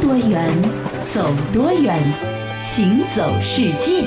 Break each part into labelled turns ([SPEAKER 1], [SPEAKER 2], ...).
[SPEAKER 1] 多远，走多远，行走世界。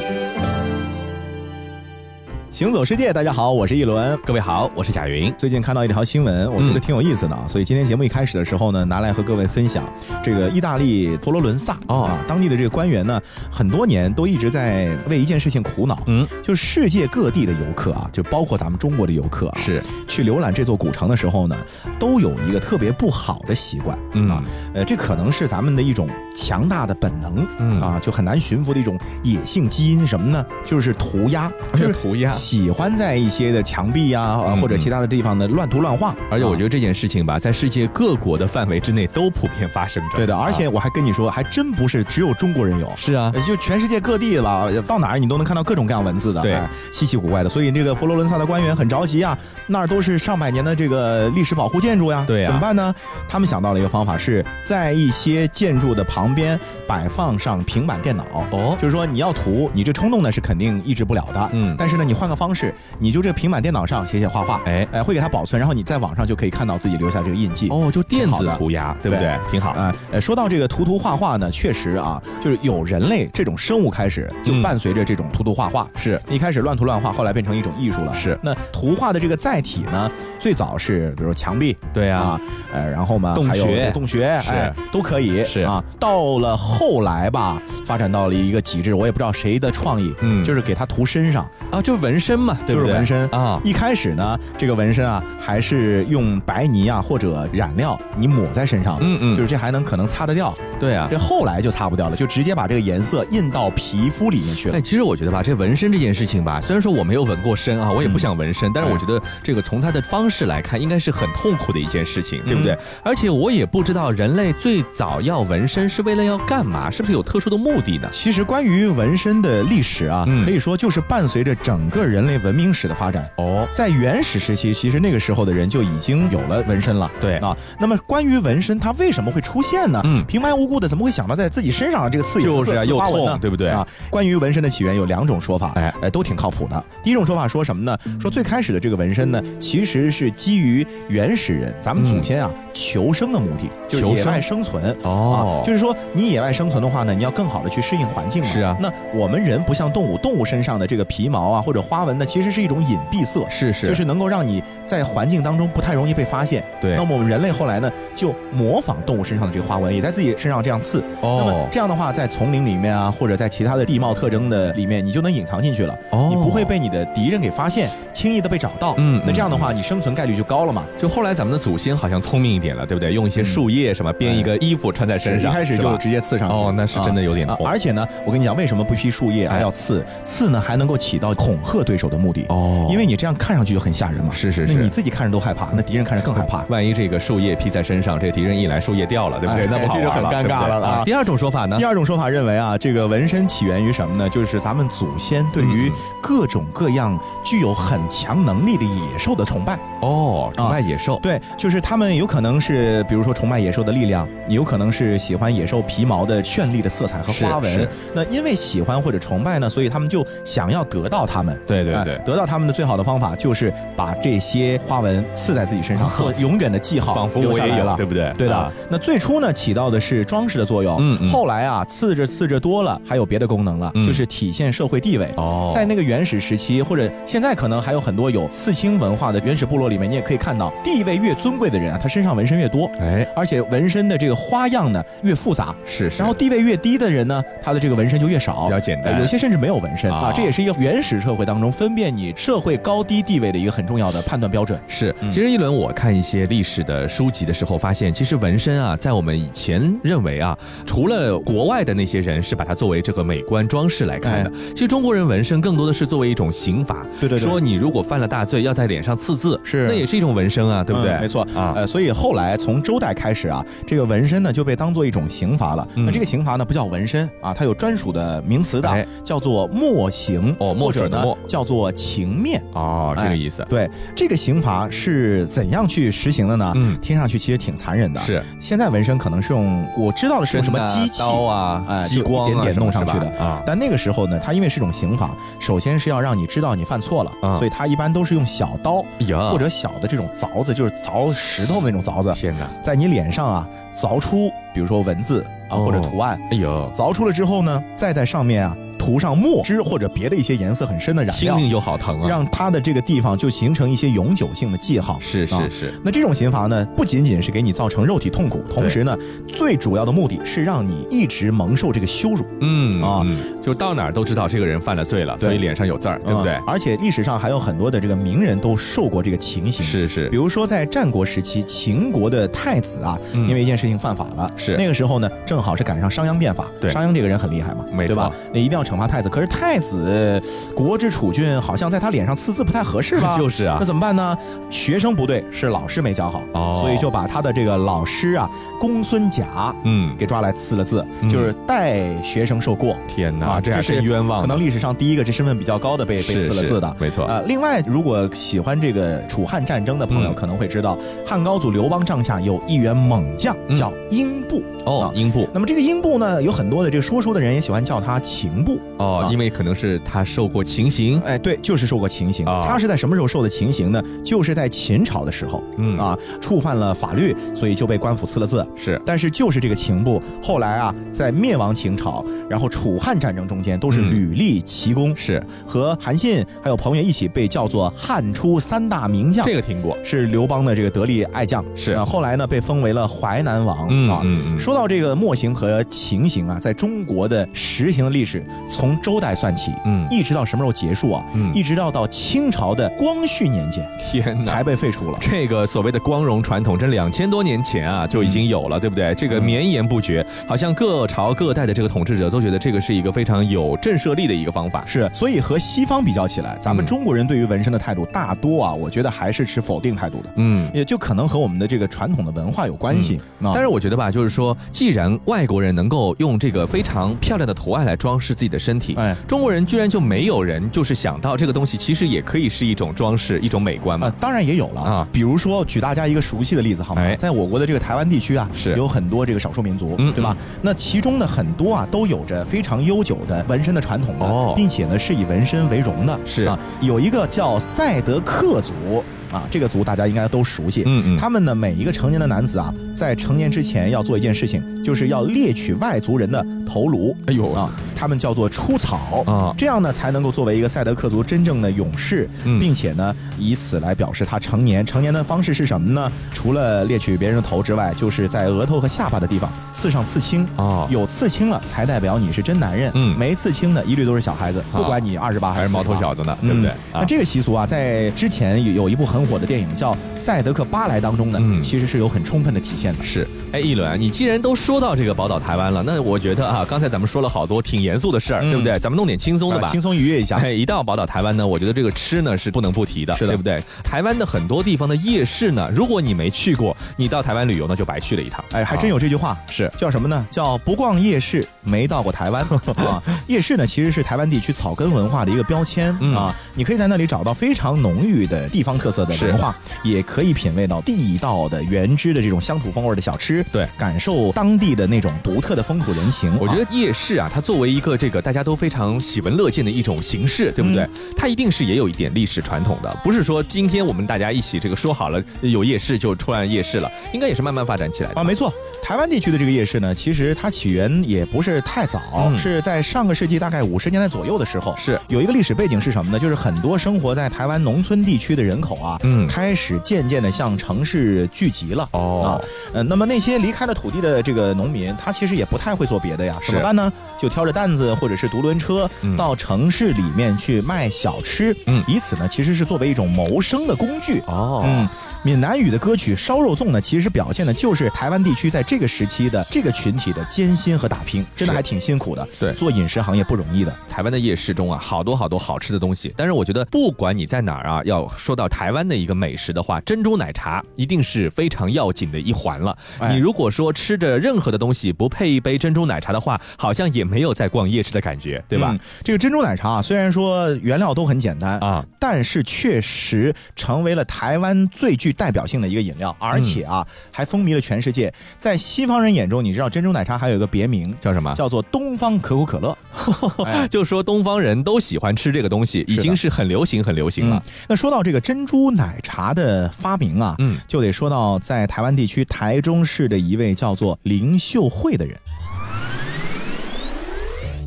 [SPEAKER 2] 行走世界，大家好，我是一轮。
[SPEAKER 3] 各位好，我是贾云。
[SPEAKER 2] 最近看到一条新闻，我觉得挺有意思的
[SPEAKER 3] 嗯
[SPEAKER 2] 啊，所以今天节目一开始的时候呢，拿来和各位分享。这个意大利佛罗伦萨、
[SPEAKER 3] 哦
[SPEAKER 2] 啊，当地的这个官员呢，很多年都一直在为一件事情苦恼，
[SPEAKER 3] 嗯，
[SPEAKER 2] 就是世界各地的游客啊，就包括咱们中国的游客啊，
[SPEAKER 3] 是，
[SPEAKER 2] 去浏览这座古城的时候呢，都有一个特别不好的习惯，
[SPEAKER 3] 嗯
[SPEAKER 2] 啊，呃，这可能是咱们的一种强大的本能，
[SPEAKER 3] 嗯
[SPEAKER 2] 啊，就很难驯服的一种野性基因，什么呢？就是涂鸦，就是
[SPEAKER 3] 哎涂鸦
[SPEAKER 2] 喜欢在一些的墙壁呀、啊
[SPEAKER 3] 嗯
[SPEAKER 2] 或者其他的地方呢乱涂乱画，
[SPEAKER 3] 而且我觉
[SPEAKER 2] 得。
[SPEAKER 3] 得这件事情吧，在世界各国的范围之内都普遍发生着。
[SPEAKER 2] 啊对的，而且
[SPEAKER 3] 啊
[SPEAKER 2] 我还跟你说，还真不是只有中国人有，
[SPEAKER 3] 是啊，
[SPEAKER 2] 呃就全世界各地吧，呃到哪儿你都能看到各种各样文字的，
[SPEAKER 3] 对
[SPEAKER 2] 哎稀奇古怪的。所以这个佛罗伦萨的官员很着急啊，那儿都是上百年的这个历史保护建筑呀，
[SPEAKER 3] 对呀啊
[SPEAKER 2] 怎么办呢？他们想到了一个方法，是在一些建筑的旁边摆放上平板电脑。
[SPEAKER 3] 哦，
[SPEAKER 2] 就是说，你要涂，你这冲动呢是肯定抑制不了的。
[SPEAKER 3] 嗯
[SPEAKER 2] 但是呢，你换个方式，你就这平板电脑上写写画画，
[SPEAKER 3] 哎，
[SPEAKER 2] 哎，会给它保存，然后你在网上就可以看到自己留下这个印记。
[SPEAKER 3] 哦，就电
[SPEAKER 2] 挺好
[SPEAKER 3] 子
[SPEAKER 2] 的
[SPEAKER 3] 涂鸦，对不
[SPEAKER 2] 对
[SPEAKER 3] 对？挺好。
[SPEAKER 2] 啊，呃，说到这个涂涂画画呢，确实啊，就是有人类这种生物开始就
[SPEAKER 3] 嗯
[SPEAKER 2] 伴随着这种涂涂画画。
[SPEAKER 3] 是，
[SPEAKER 2] 一开始乱涂乱画，后来变成一种艺术了。
[SPEAKER 3] 是
[SPEAKER 2] 那图画的这个载体呢，最早是比如墙壁
[SPEAKER 3] 对啊
[SPEAKER 2] 啊，，呃，然后嘛，
[SPEAKER 3] 洞
[SPEAKER 2] 还有
[SPEAKER 3] 穴
[SPEAKER 2] 洞穴，
[SPEAKER 3] 是
[SPEAKER 2] 哎，都可以
[SPEAKER 3] 是
[SPEAKER 2] 啊。到了后来吧，发展到了一个极致，我也不知道谁的创意，
[SPEAKER 3] 嗯
[SPEAKER 2] 就是给它涂身上，
[SPEAKER 3] 啊，就是纹身嘛，对
[SPEAKER 2] 就
[SPEAKER 3] 不
[SPEAKER 2] 是
[SPEAKER 3] 对？
[SPEAKER 2] 纹身
[SPEAKER 3] 啊，
[SPEAKER 2] 一开始呢，这个纹身啊，还是用白泥啊或者染料你抹在身上的，
[SPEAKER 3] 嗯嗯
[SPEAKER 2] 就是这还能可能擦得掉。
[SPEAKER 3] 对啊。
[SPEAKER 2] 这后来就擦不掉了，就直接把这个颜色印到皮肤里面去了
[SPEAKER 3] 哎，。其实我觉得吧，这纹身这件事情吧，虽然说我没有纹过身
[SPEAKER 2] 嗯
[SPEAKER 3] 啊，我也不想纹身，但
[SPEAKER 2] 哎
[SPEAKER 3] 是我觉得这个从它的方式来看，应该是很痛苦的一件事情，对不
[SPEAKER 2] 嗯
[SPEAKER 3] 对？而且我也不知道人类最早要纹身是为了要干嘛，是不是有特殊的目的呢？
[SPEAKER 2] 其实关于纹身的历史啊，
[SPEAKER 3] 嗯
[SPEAKER 2] 可以说就是伴随着整个人类文明史的发展。
[SPEAKER 3] 哦，
[SPEAKER 2] 在原始时期，其实那个时候的人就已经有了纹身了。
[SPEAKER 3] 对
[SPEAKER 2] 啊，那么关于纹身，它为什么会出现呢？
[SPEAKER 3] 嗯
[SPEAKER 2] 平白无故的怎么会想到在自己身上这个刺
[SPEAKER 3] 就
[SPEAKER 2] 有
[SPEAKER 3] 是啊
[SPEAKER 2] 刺
[SPEAKER 3] 又
[SPEAKER 2] 花纹呢
[SPEAKER 3] 痛？对不对
[SPEAKER 2] 啊？关于纹身的起源有两种说法，
[SPEAKER 3] 哎
[SPEAKER 2] 呃，都挺靠谱的。第一种说法说什么呢？说最开始的这个纹身呢，其实是基于原始人咱们祖先啊、求生的目的，就是
[SPEAKER 3] 求
[SPEAKER 2] 野
[SPEAKER 3] 生
[SPEAKER 2] 外生存。
[SPEAKER 3] 哦
[SPEAKER 2] 啊，就是说你野外生存的话呢，你要更好的去适应环境嘛。
[SPEAKER 3] 是啊
[SPEAKER 2] 那我们人不像动物，动物身上的这个皮毛啊或者花纹呢，其实是一种隐蔽色，
[SPEAKER 3] 是是，
[SPEAKER 2] 就是能够让你在环境当中不太容易被发现。
[SPEAKER 3] 对
[SPEAKER 2] 那么我们人类后来呢，就模仿动物身上的这个花纹，也在自己身上这样刺。那么
[SPEAKER 3] 哦
[SPEAKER 2] 这样的话，在丛林里面啊，或者在其他的地貌特征的里面，你就能隐藏进去了，
[SPEAKER 3] 哦，
[SPEAKER 2] 你不会被你的敌人给发现，轻易的被找到。
[SPEAKER 3] 嗯
[SPEAKER 2] 那这样的话，你生存概率就高了嘛。
[SPEAKER 3] 就后来咱们的祖先好像聪明一点了，对不对？用一些树叶什么编一个衣服穿在
[SPEAKER 2] 嗯
[SPEAKER 3] 身
[SPEAKER 2] 哎一
[SPEAKER 3] 上，
[SPEAKER 2] 开始
[SPEAKER 3] 是
[SPEAKER 2] 就
[SPEAKER 3] 吧
[SPEAKER 2] 直接刺上去。
[SPEAKER 3] 哦那是真的有点
[SPEAKER 2] 啊
[SPEAKER 3] 痛
[SPEAKER 2] 而且呢，我跟你讲，为什么不批树叶还
[SPEAKER 3] 哎
[SPEAKER 2] 要刺？刺呢还能够起到恐吓对手的目的。
[SPEAKER 3] 哦，
[SPEAKER 2] 因为你这样看上去就很吓人嘛。
[SPEAKER 3] 是是
[SPEAKER 2] 那
[SPEAKER 3] 是
[SPEAKER 2] 你自己看着都害怕，那敌人看着更害怕。
[SPEAKER 3] 万一这个树叶披在身上，这敌人一来树叶掉了，对不对？
[SPEAKER 2] 哎
[SPEAKER 3] 那不好
[SPEAKER 2] 这就
[SPEAKER 3] 玩
[SPEAKER 2] 很尴尬
[SPEAKER 3] 对不对
[SPEAKER 2] 了啊
[SPEAKER 3] 第二种说法呢
[SPEAKER 2] 第？二种说法认为啊，这个纹身起源于什么呢？就是咱们祖先对于
[SPEAKER 3] 嗯
[SPEAKER 2] 各种各样具有很强能力的野兽的崇拜。
[SPEAKER 3] 哦，崇
[SPEAKER 2] 啊
[SPEAKER 3] 拜野兽，
[SPEAKER 2] 对，就是他们有可能是，比如说崇拜野兽的力量，也有可能是喜欢野兽皮毛的绚丽的色彩和花
[SPEAKER 3] 是
[SPEAKER 2] 纹
[SPEAKER 3] 是。
[SPEAKER 2] 那因为喜欢或者崇拜呢，所以他们就想要得到他们。
[SPEAKER 3] 对对
[SPEAKER 2] 哎
[SPEAKER 3] 对，
[SPEAKER 2] 得到他们的最好的方法就是把这些花纹刺在自己 身上，做永远的记号，
[SPEAKER 3] 仿佛
[SPEAKER 2] 留
[SPEAKER 3] 我
[SPEAKER 2] 下
[SPEAKER 3] 也
[SPEAKER 2] 来
[SPEAKER 3] 有，
[SPEAKER 2] 了
[SPEAKER 3] 对。不对？
[SPEAKER 2] 对的，
[SPEAKER 3] 啊
[SPEAKER 2] 那最初呢起到的是装饰的作用，
[SPEAKER 3] 嗯嗯
[SPEAKER 2] 后来啊刺着刺着多了，还有别的功能了，
[SPEAKER 3] 嗯
[SPEAKER 2] 就是体现社会地位。
[SPEAKER 3] 哦，
[SPEAKER 2] 在那个原始时期，或者现在可能还有很多有刺青文化的原始部落里面，你也可以看到，地位越尊贵的人啊，他身上纹身越多，
[SPEAKER 3] 哎，
[SPEAKER 2] 而且纹身的这个花样呢越复杂。
[SPEAKER 3] 是是，
[SPEAKER 2] 然后地位越低的人呢，他的这个纹身就越少，
[SPEAKER 3] 比较简单
[SPEAKER 2] 呃有些甚至没有纹身
[SPEAKER 3] 啊
[SPEAKER 2] 啊，这也是一个原始社会当中分辨你社会高低地位的一个很重要的判断标准。
[SPEAKER 3] 是，
[SPEAKER 2] 嗯
[SPEAKER 3] 其实一轮我看一些历史的书籍的时候，发现其实纹身啊，在我们以前认为啊，除了国外的那些人是把它作为这个美观装饰来看的，其实中国人纹身更多的是作为一种刑罚。
[SPEAKER 2] 哎对对对
[SPEAKER 3] 说你如果犯了大罪，要在脸上刺字，
[SPEAKER 2] 是
[SPEAKER 3] 那也是一种纹身啊，对不对？
[SPEAKER 2] 嗯没错
[SPEAKER 3] 啊
[SPEAKER 2] 呃，所以后来从周代开始啊，这个纹身呢就被当做一种刑罚了。那
[SPEAKER 3] 嗯
[SPEAKER 2] 这个刑罚呢不叫纹身啊，它有专属的名词的，
[SPEAKER 3] 哎
[SPEAKER 2] 叫做墨刑，
[SPEAKER 3] 哦墨
[SPEAKER 2] 或者
[SPEAKER 3] 水的
[SPEAKER 2] 呢
[SPEAKER 3] 墨
[SPEAKER 2] 叫做情面。
[SPEAKER 3] 哦，这
[SPEAKER 2] 哎
[SPEAKER 3] 个意思。
[SPEAKER 2] 对，这个刑罚是怎样去实行的呢？
[SPEAKER 3] 嗯
[SPEAKER 2] 听上去其实挺残忍的。，
[SPEAKER 3] 是
[SPEAKER 2] 现在纹身可能是用我知道的哎是用什么
[SPEAKER 3] 针啊
[SPEAKER 2] 机器
[SPEAKER 3] 刀啊，
[SPEAKER 2] 哎
[SPEAKER 3] 激
[SPEAKER 2] 就一
[SPEAKER 3] 光啊
[SPEAKER 2] 点点
[SPEAKER 3] 什么
[SPEAKER 2] 弄上
[SPEAKER 3] 是吧
[SPEAKER 2] 去的
[SPEAKER 3] 啊。
[SPEAKER 2] 但那个时候呢，它因为是一种刑罚，首先是要让你知道你犯错了，
[SPEAKER 3] 啊
[SPEAKER 2] 所以它一般都是用小刀
[SPEAKER 3] 呀，
[SPEAKER 2] 或者小的这种凿子，就是凿石头那种凿子，
[SPEAKER 3] 哎天哪，
[SPEAKER 2] 在你脸上啊凿出比如说文字啊或者
[SPEAKER 3] 哦
[SPEAKER 2] 图案，
[SPEAKER 3] 哎呦，
[SPEAKER 2] 凿出了之后呢，再在上面啊涂上墨汁或者别的一些颜色很深的染
[SPEAKER 3] 心
[SPEAKER 2] 料，
[SPEAKER 3] 灵又好疼啊！
[SPEAKER 2] 让它的这个地方就形成一些永久性的记号。
[SPEAKER 3] 是
[SPEAKER 2] 啊
[SPEAKER 3] 是是，
[SPEAKER 2] 那这种刑罚呢，不仅仅是给你造成肉体痛苦，同时呢，最主要的目的是让你一直蒙受这个羞辱，
[SPEAKER 3] 嗯
[SPEAKER 2] 啊
[SPEAKER 3] 嗯就到哪儿都知道这个人犯了罪了，
[SPEAKER 2] 对
[SPEAKER 3] 所以脸上有字儿，对不对
[SPEAKER 2] 嗯？而且历史上还有很多的这个名人都受过这个情形。
[SPEAKER 3] 是是
[SPEAKER 2] 比，如说，在战国时期，秦国的太子啊，
[SPEAKER 3] 嗯
[SPEAKER 2] 因为一件事情犯法了，
[SPEAKER 3] 是
[SPEAKER 2] 那个时候呢，正好是赶上商鞅变法。
[SPEAKER 3] 对
[SPEAKER 2] 商鞅这个人很厉害嘛，
[SPEAKER 3] 没
[SPEAKER 2] 对吧
[SPEAKER 3] 错？？
[SPEAKER 2] 那一定要惩罚太子。可是太子国之储君，好像在他脸上刺字不太合适吧
[SPEAKER 3] 就是啊
[SPEAKER 2] 那，怎么办呢？学生不对，是老师没教好，
[SPEAKER 3] 哦
[SPEAKER 2] 所以就把他的这个老师啊，公孙贾
[SPEAKER 3] 嗯，
[SPEAKER 2] 给抓来刺了字，
[SPEAKER 3] 嗯
[SPEAKER 2] 就是代学生受过。
[SPEAKER 3] 天哪，
[SPEAKER 2] 啊
[SPEAKER 3] 这还
[SPEAKER 2] 这
[SPEAKER 3] 是
[SPEAKER 2] 是
[SPEAKER 3] 冤枉
[SPEAKER 2] 可
[SPEAKER 3] 的，
[SPEAKER 2] 能历史上第一个这身份比较高的被被
[SPEAKER 3] 是
[SPEAKER 2] 刺了
[SPEAKER 3] 是
[SPEAKER 2] 字的。
[SPEAKER 3] 没错。
[SPEAKER 2] 呃，另外，如果喜欢这个楚汉战争的朋友，
[SPEAKER 3] 嗯
[SPEAKER 2] 可能会知道，汉高祖刘邦帐下有一员猛将
[SPEAKER 3] 嗯
[SPEAKER 2] 叫英布。
[SPEAKER 3] 哦
[SPEAKER 2] 啊，
[SPEAKER 3] 英布
[SPEAKER 2] 那么这个英布呢，有很多的这个说书的人也喜欢叫他秦布。
[SPEAKER 3] 哦
[SPEAKER 2] 啊，
[SPEAKER 3] 因为可能是他受过情刑，
[SPEAKER 2] 哎，对，就是受过情刑。
[SPEAKER 3] 啊
[SPEAKER 2] 他是在什么时候受的情刑呢？就是在秦朝的时候。
[SPEAKER 3] 嗯，
[SPEAKER 2] 啊，触犯了法律，所以就被官府刺了字。
[SPEAKER 3] 是
[SPEAKER 2] 但是就是这个秦部，后来啊，在灭亡秦朝，然后楚汉战争中间，都是
[SPEAKER 3] 嗯
[SPEAKER 2] 屡立奇功，
[SPEAKER 3] 是，
[SPEAKER 2] 和韩信还有彭越一起被叫做汉初三大名将。
[SPEAKER 3] 这
[SPEAKER 2] 个
[SPEAKER 3] 个听过，
[SPEAKER 2] 是刘邦的这个得力爱将，
[SPEAKER 3] 是
[SPEAKER 2] 啊后来呢被封为了淮南王、
[SPEAKER 3] 嗯
[SPEAKER 2] 啊。
[SPEAKER 3] 嗯嗯，
[SPEAKER 2] 说到这个墨刑和秦刑啊，在中国的实行的历史，从周代算起，
[SPEAKER 3] 嗯
[SPEAKER 2] 一直到什么时候结束啊？
[SPEAKER 3] 嗯
[SPEAKER 2] 一直到到清朝的光绪年间
[SPEAKER 3] 天哪
[SPEAKER 2] 才。被废除了。
[SPEAKER 3] 这个所谓的光荣传统，这两千多年前啊就已经有了，对不对？
[SPEAKER 2] 嗯
[SPEAKER 3] 这个绵延不绝，好像各朝各代的这个统治者都觉得这个是一个非常有震慑力的一个方法。
[SPEAKER 2] 是，所以和西方比较起来，咱们
[SPEAKER 3] 嗯
[SPEAKER 2] 中国人对于纹身的态度大多啊，我觉得还是持否定态度的，
[SPEAKER 3] 嗯，
[SPEAKER 2] 也就可能和我们的这个传统的文化有关系。啊
[SPEAKER 3] 但是我觉得吧，就是说，既然外国人能够用这个非常漂亮的图案来装饰自己的身体，
[SPEAKER 2] 哎
[SPEAKER 3] 中国人居然就没有人就是想到这个东西其实也可以是一种装饰，一种美观嘛？
[SPEAKER 2] 啊，当然也有了
[SPEAKER 3] 嗯啊
[SPEAKER 2] 比如说举大家一个熟悉的例子好吗？
[SPEAKER 3] 哎
[SPEAKER 2] 在我国的这个台湾地区啊，
[SPEAKER 3] 是
[SPEAKER 2] 有很多这个少数民族，
[SPEAKER 3] 嗯
[SPEAKER 2] 对吧？那其中呢，很多啊都有着非常悠久的纹身的传统的，
[SPEAKER 3] 哦
[SPEAKER 2] 并且呢是以纹身为荣的。
[SPEAKER 3] 是
[SPEAKER 2] 啊，有一个叫赛德克族啊，这个族大家应该都熟悉。
[SPEAKER 3] 嗯嗯
[SPEAKER 2] 他们呢每一个成年的男子啊，在成年之前要做一件事情，就是要猎取外族人的头颅。
[SPEAKER 3] 哎呦
[SPEAKER 2] 啊，他们叫做出草
[SPEAKER 3] 啊
[SPEAKER 2] 这样呢才能够作为一个赛德克族真正的勇士，
[SPEAKER 3] 嗯
[SPEAKER 2] 并且呢以此来表示他成年。成年的方式是什么呢？除了猎取别人的头之外，就是在额头和下巴的地方刺上刺青。
[SPEAKER 3] 哦，
[SPEAKER 2] 有刺青了才代表你是真男人，
[SPEAKER 3] 嗯
[SPEAKER 2] 没刺青的一律都是小孩子，
[SPEAKER 3] 啊
[SPEAKER 2] 不管你二十八
[SPEAKER 3] 还
[SPEAKER 2] 是
[SPEAKER 3] 是毛头
[SPEAKER 2] 48
[SPEAKER 3] 小子呢，对不对
[SPEAKER 2] 嗯？那
[SPEAKER 3] 啊，
[SPEAKER 2] 这个习俗啊，在之前有有一部很火的电影叫《赛德克巴莱》当中呢，
[SPEAKER 3] 嗯
[SPEAKER 2] 其实是有很充分的体现的。
[SPEAKER 3] 是，哎，一轮，你既然都说到这个宝岛台湾了，那我觉得啊，刚才咱们说了好多挺严肃的事儿，
[SPEAKER 2] 嗯
[SPEAKER 3] 对不对？咱们弄点轻松的吧
[SPEAKER 2] 啊。轻松愉悦一下。
[SPEAKER 3] 哎，一到宝岛台湾呢，我觉得这个吃呢是不能不提的，
[SPEAKER 2] 是的
[SPEAKER 3] 对不对？台湾的很多地方的夜市呢，如果你没去过，你到台湾旅游呢就白去了一趟。啊
[SPEAKER 2] 哎，还真有这句话，
[SPEAKER 3] 是
[SPEAKER 2] 叫什么呢？叫不逛夜市没到过台湾啊！夜市呢，其实是台湾地区草根文化的一个标签、
[SPEAKER 3] 嗯
[SPEAKER 2] 啊。你可以在那里找到非常浓郁的地方特色的
[SPEAKER 3] 是
[SPEAKER 2] 文化，也可以品味到地道的原汁的这种乡土风味的小吃，
[SPEAKER 3] 对
[SPEAKER 2] 感受当地的那种独特的风土人情。
[SPEAKER 3] 我觉
[SPEAKER 2] 啊
[SPEAKER 3] 得夜市啊，它作为一个这个大家都非常喜闻乐见的一种形式，对不
[SPEAKER 2] 嗯
[SPEAKER 3] 对？它一定是也有一点历史传统的，不是说今天我们大家一起这个说好了有夜市就突然夜市了，应该也是慢慢发展起来的。
[SPEAKER 2] 啊，没错，台湾地区的这个夜市呢，其实它起源也不是太早，
[SPEAKER 3] 嗯
[SPEAKER 2] 是在上个世纪大概五十年代左右的时候。
[SPEAKER 3] 是，
[SPEAKER 2] 有一个历史背景是什么呢？就是很多生活在台湾农村地区的人口啊，
[SPEAKER 3] 嗯
[SPEAKER 2] 开始渐渐的向城市聚集了。
[SPEAKER 3] 哦
[SPEAKER 2] 啊，呃，那么那些离开了土地的这个农民，他其实也不太会做别的呀，
[SPEAKER 3] 是
[SPEAKER 2] 怎么办呢？就挑着担子或者是独轮车、
[SPEAKER 3] 嗯
[SPEAKER 2] 到城市里面去卖小吃，
[SPEAKER 3] 嗯
[SPEAKER 2] 以此呢其实是作为一种谋生的工具。
[SPEAKER 3] 哦，
[SPEAKER 2] 嗯，闽南语的歌曲《烧肉粽》呢，其实表现的就是台湾地区在这个时期的这个群体的艰辛和打拼，真的
[SPEAKER 3] 是
[SPEAKER 2] 还挺辛苦的。
[SPEAKER 3] 对
[SPEAKER 2] 做饮食行业不容易的。
[SPEAKER 3] 台湾的夜市中啊，好多好多好吃的东西。但是我觉得，不管你在哪儿啊，要说到台湾的一个美食的话，珍珠奶茶一定是非常要紧的一环了。
[SPEAKER 2] 哎
[SPEAKER 3] 你如果说吃着任何的东西不配一杯珍珠奶茶的话，好像也没有在逛夜市的感觉，对吧？
[SPEAKER 2] 嗯这个珍珠奶茶啊，虽然说原料都很简单，
[SPEAKER 3] 啊，
[SPEAKER 2] 但是确实成为了台湾最具代表性的一个饮料，
[SPEAKER 3] 嗯
[SPEAKER 2] 而且啊，还风靡了全世界。在西方人眼中，你知道珍珠奶茶还有一个别名。
[SPEAKER 3] 叫什么？
[SPEAKER 2] 叫做东方可口可乐， 哎
[SPEAKER 3] 就说东方人都喜欢吃这个东西，已
[SPEAKER 2] 是的
[SPEAKER 3] 经是很流行、很流行了。
[SPEAKER 2] 那说到这个珍珠奶茶的发明啊，
[SPEAKER 3] 嗯，
[SPEAKER 2] 就得说到在台湾地区台中市的一位叫做林秀慧的人。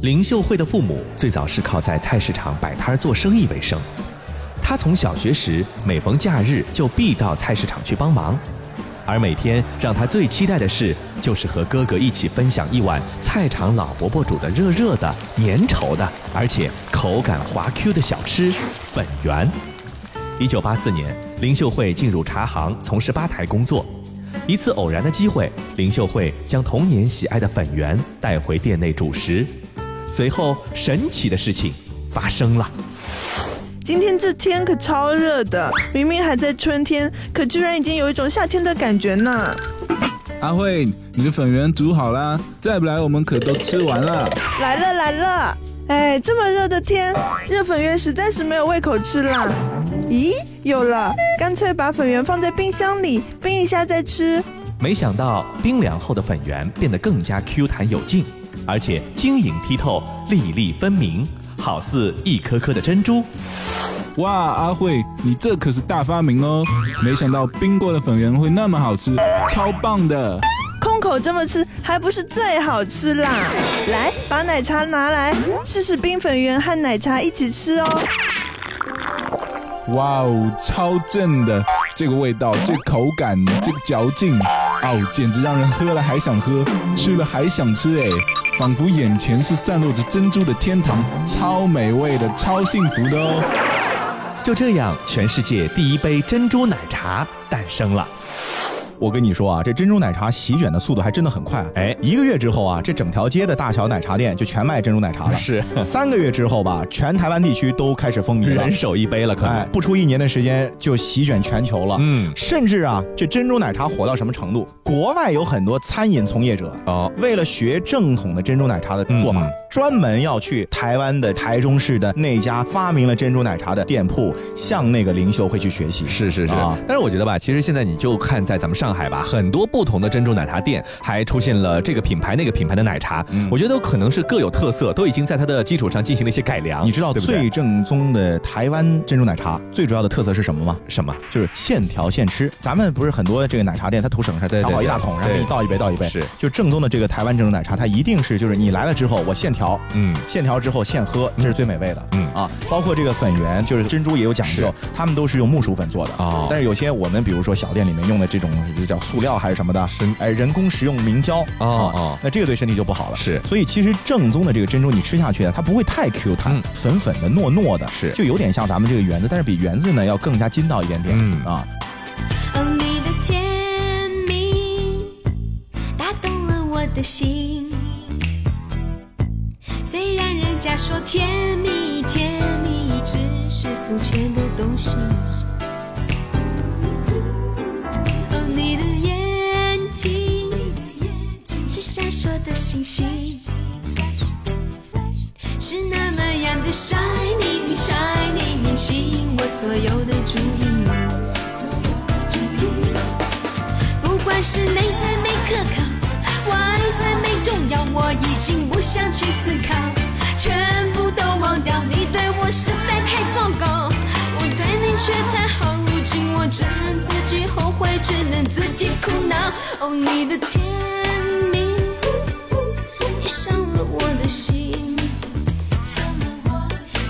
[SPEAKER 3] 林秀慧的父母最早是靠在菜市场摆摊儿做生意为生。她从小学时，每逢假日就必到菜市场去帮忙，而每天让她最期待的事，就是和哥哥一起分享一碗菜场老伯伯煮的热热的、粘稠的，而且口感滑 Q 的小吃粉圆。一九八四年，林秀慧进入茶行从事吧台工作。一次偶然的机会，林秀慧将童年喜爱的粉圆带回店内主食。随后，神奇的事情发生了。
[SPEAKER 4] 今天这天可超热的，明明还在春天，可居然已经有一种夏天的感觉呢。
[SPEAKER 5] 阿慧，你的粉圆煮好啦，再不来我们可都吃完了。
[SPEAKER 4] 来了来了，哎，这么热的天，热粉圆实在是没有胃口吃啦。咦，有了，干脆把粉圆放在冰箱里冰一下再吃。
[SPEAKER 3] 没想到，冰凉后的粉圆变得更加 Q 弹有劲，而且晶莹剔透、粒粒分明，好似一颗颗的珍珠。
[SPEAKER 5] 哇，阿慧，你这可是大发明哦！没想到冰过的粉圆会那么好吃，超棒的！
[SPEAKER 4] 空口这么吃，还不是最好吃啦！来，把奶茶拿来，试试冰粉圆和奶茶一起吃哦。
[SPEAKER 5] 哇哦，超正的，这个味道，这个口感，这个嚼劲，哦，简直让人喝了还想喝，吃了还想吃哎，仿佛眼前是散落着珍珠的天堂，超美味的，超幸福的哦！
[SPEAKER 3] 就这样，全世界第一杯珍珠奶茶诞生了。
[SPEAKER 2] 我跟你说啊，这珍珠奶茶席卷的速度还真的很快、啊。
[SPEAKER 3] 哎
[SPEAKER 2] 一个月之后啊，这整条街的大小奶茶店就全卖珍珠奶茶了。
[SPEAKER 3] 啊是
[SPEAKER 2] 三个月之后吧，全台湾地区都开始风靡了
[SPEAKER 3] 人。手一杯了，可能。
[SPEAKER 2] 哎，不出一年的时间就席卷全球了。
[SPEAKER 3] 嗯，
[SPEAKER 2] 甚至啊，这珍珠奶茶火到什么程度？国外有很多餐饮从业者
[SPEAKER 3] 哦，
[SPEAKER 2] 为了学正统的珍珠奶茶的做法，
[SPEAKER 3] 嗯嗯
[SPEAKER 2] 专门要去台湾的台中市的那家发明了珍珠奶茶的店铺，向那个林秀慧去学习。
[SPEAKER 3] 是是是
[SPEAKER 2] 啊，
[SPEAKER 3] 但是我觉得吧，其实现在你就看在咱们上海吧，很多不同的珍珠奶茶店还出现了这个品牌那个品牌的奶茶，
[SPEAKER 2] 嗯
[SPEAKER 3] 我觉得可能是各有特色，都已经在它的基础上进行了一些改良。
[SPEAKER 2] 你知道
[SPEAKER 3] 对不对
[SPEAKER 2] 最正宗的台湾珍珠奶茶最主要的特色是什么吗？
[SPEAKER 3] 什么？
[SPEAKER 2] 就是现调现吃。咱们不是很多这个奶茶店，它图省事，
[SPEAKER 3] 对对
[SPEAKER 2] 调好一大桶，
[SPEAKER 3] 对
[SPEAKER 2] 然后给你
[SPEAKER 3] 对
[SPEAKER 2] 倒一杯倒一杯。
[SPEAKER 3] 是，
[SPEAKER 2] 就正宗的这个台湾珍珠奶茶，它一定是就是你来了之后，我现调，
[SPEAKER 3] 嗯，
[SPEAKER 2] 现调之后现喝，这是最美味的。
[SPEAKER 3] 嗯
[SPEAKER 2] 啊，包括这个粉圆，就是珍珠也有讲究
[SPEAKER 3] 是，
[SPEAKER 2] 他们都是用木薯粉做的。
[SPEAKER 3] 哦
[SPEAKER 2] 但是有些我们比如说小店里面用的这种这叫塑料还是什么的，
[SPEAKER 3] 是
[SPEAKER 2] 哎人工食用明胶
[SPEAKER 3] 哦
[SPEAKER 2] 啊
[SPEAKER 3] 哦
[SPEAKER 2] 那这个对身体就不好了。
[SPEAKER 3] 是
[SPEAKER 2] 所以其实正宗的这个珍珠，你吃下去啊，它不会太 Q 弹，
[SPEAKER 3] 嗯
[SPEAKER 2] 粉粉的、糯糯的，
[SPEAKER 3] 是
[SPEAKER 2] 就有点像咱们这个圆子，但是比圆子呢要更加筋道一点点、
[SPEAKER 3] 嗯
[SPEAKER 2] 啊。
[SPEAKER 6] 哦，你的甜蜜打动了我的心。虽然人家说甜蜜甜蜜只是肤浅的东西，哦，你的眼睛是闪烁的星星，是那么样的 shining shining，吸引我所有的注意。不管是内在美可靠，外在美重要，我已经不想去思考，全部都忘掉。你对我实在太糟糕，我对你却太好，如今我只能自己后悔，只能自己苦恼。哦，你的甜蜜已伤了我的心。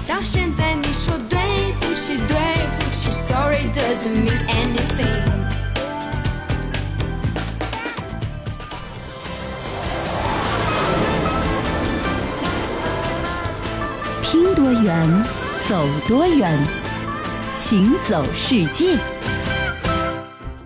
[SPEAKER 6] 到现在你说对不起，对不起，Sorry doesn't mean anything。
[SPEAKER 1] 听多远，走多远，行走世界。